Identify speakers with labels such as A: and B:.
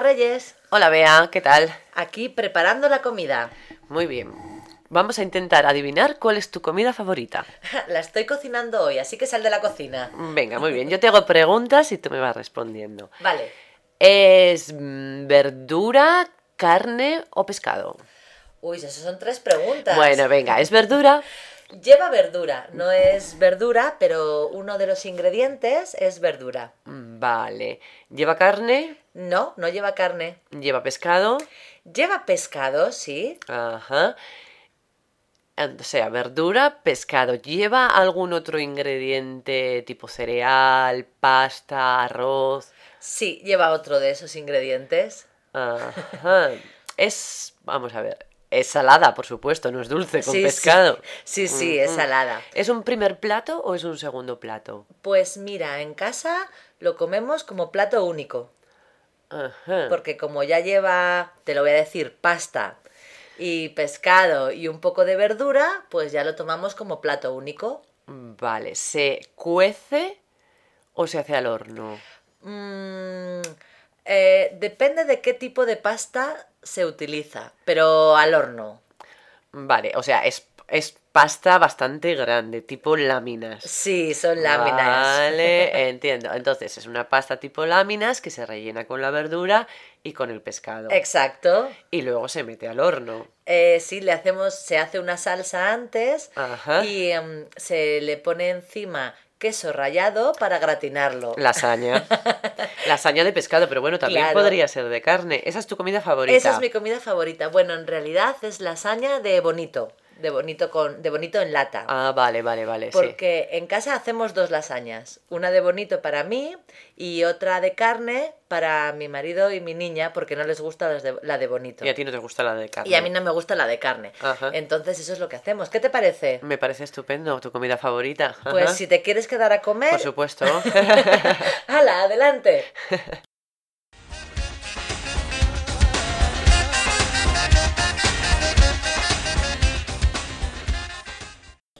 A: Reyes,
B: Hola Bea, ¿qué tal?
A: aquí preparando la comida.
B: Muy bien. Vamos a intentar adivinar cuál es tu comida favorita.
A: La estoy cocinando hoy, así que sal de la cocina.
B: Venga, muy bien. Yo te hago preguntas y tú me vas respondiendo.
A: Vale,
B: ¿Es mm, verdura, carne o pescado?
A: uy, esas son tres preguntas.
B: Bueno, venga, ¿es verdura?
A: Lleva verdura, no es verdura, pero uno de los ingredientes es verdura.
B: Mm, Vale. ¿Lleva carne?
A: No, no lleva carne.
B: ¿Lleva pescado?
A: Lleva pescado, sí.
B: Ajá. Eh, O sea, verdura, pescado. ¿Lleva algún otro ingrediente tipo cereal, pasta, arroz?
A: Sí, lleva otro de esos ingredientes.
B: Ajá. Es, vamos a ver, es salada, por supuesto, no es dulce con
A: Sí, sí.
B: pescado.
A: Sí, sí, es
B: Mm, mm.
A: salada.
B: ¿Es un primer plato o es un segundo plato?
A: Pues mira, en casa lo comemos como plato único.
B: Ajá.
A: Porque como ya lleva, te lo voy a decir, pasta y pescado y un poco de verdura, pues ya lo tomamos como plato único.
B: Vale, ¿se cuece o se hace al horno?
A: Mm, eh, depende de qué tipo de pasta se utiliza, pero al horno.
B: Vale, o sea, es, es pasta bastante grande, tipo láminas.
A: Sí, son láminas.
B: Vale, entiendo. Entonces, es una pasta tipo láminas que se rellena con la verdura y con el pescado.
A: Exacto.
B: Y luego se mete al horno.
A: Eh, sí, le hacemos, se hace una salsa antes
B: Ajá.
A: y em, se le pone encima queso rallado para gratinarlo.
B: Lasaña. Lasaña de pescado, pero bueno, también
A: Claro.
B: podría ser de carne. Esa es tu comida favorita.
A: Esa es mi comida favorita. Bueno, en realidad es lasaña de bonito, de bonito con, de bonito en lata.
B: Ah, vale, vale, vale. sí.
A: Porque en casa hacemos dos lasañas, una de bonito para mí y otra de carne para mi marido y mi niña, porque no les gusta las de- la de bonito.
B: Y a ti no te gusta la de carne.
A: Y a mí no me gusta la de carne.
B: Ajá.
A: Entonces eso es lo que hacemos. ¿Qué te parece?
B: Me parece estupendo, tu comida favorita. Ajá.
A: Pues si te quieres quedar a comer,
B: Por supuesto.
A: ¡Hala, adelante!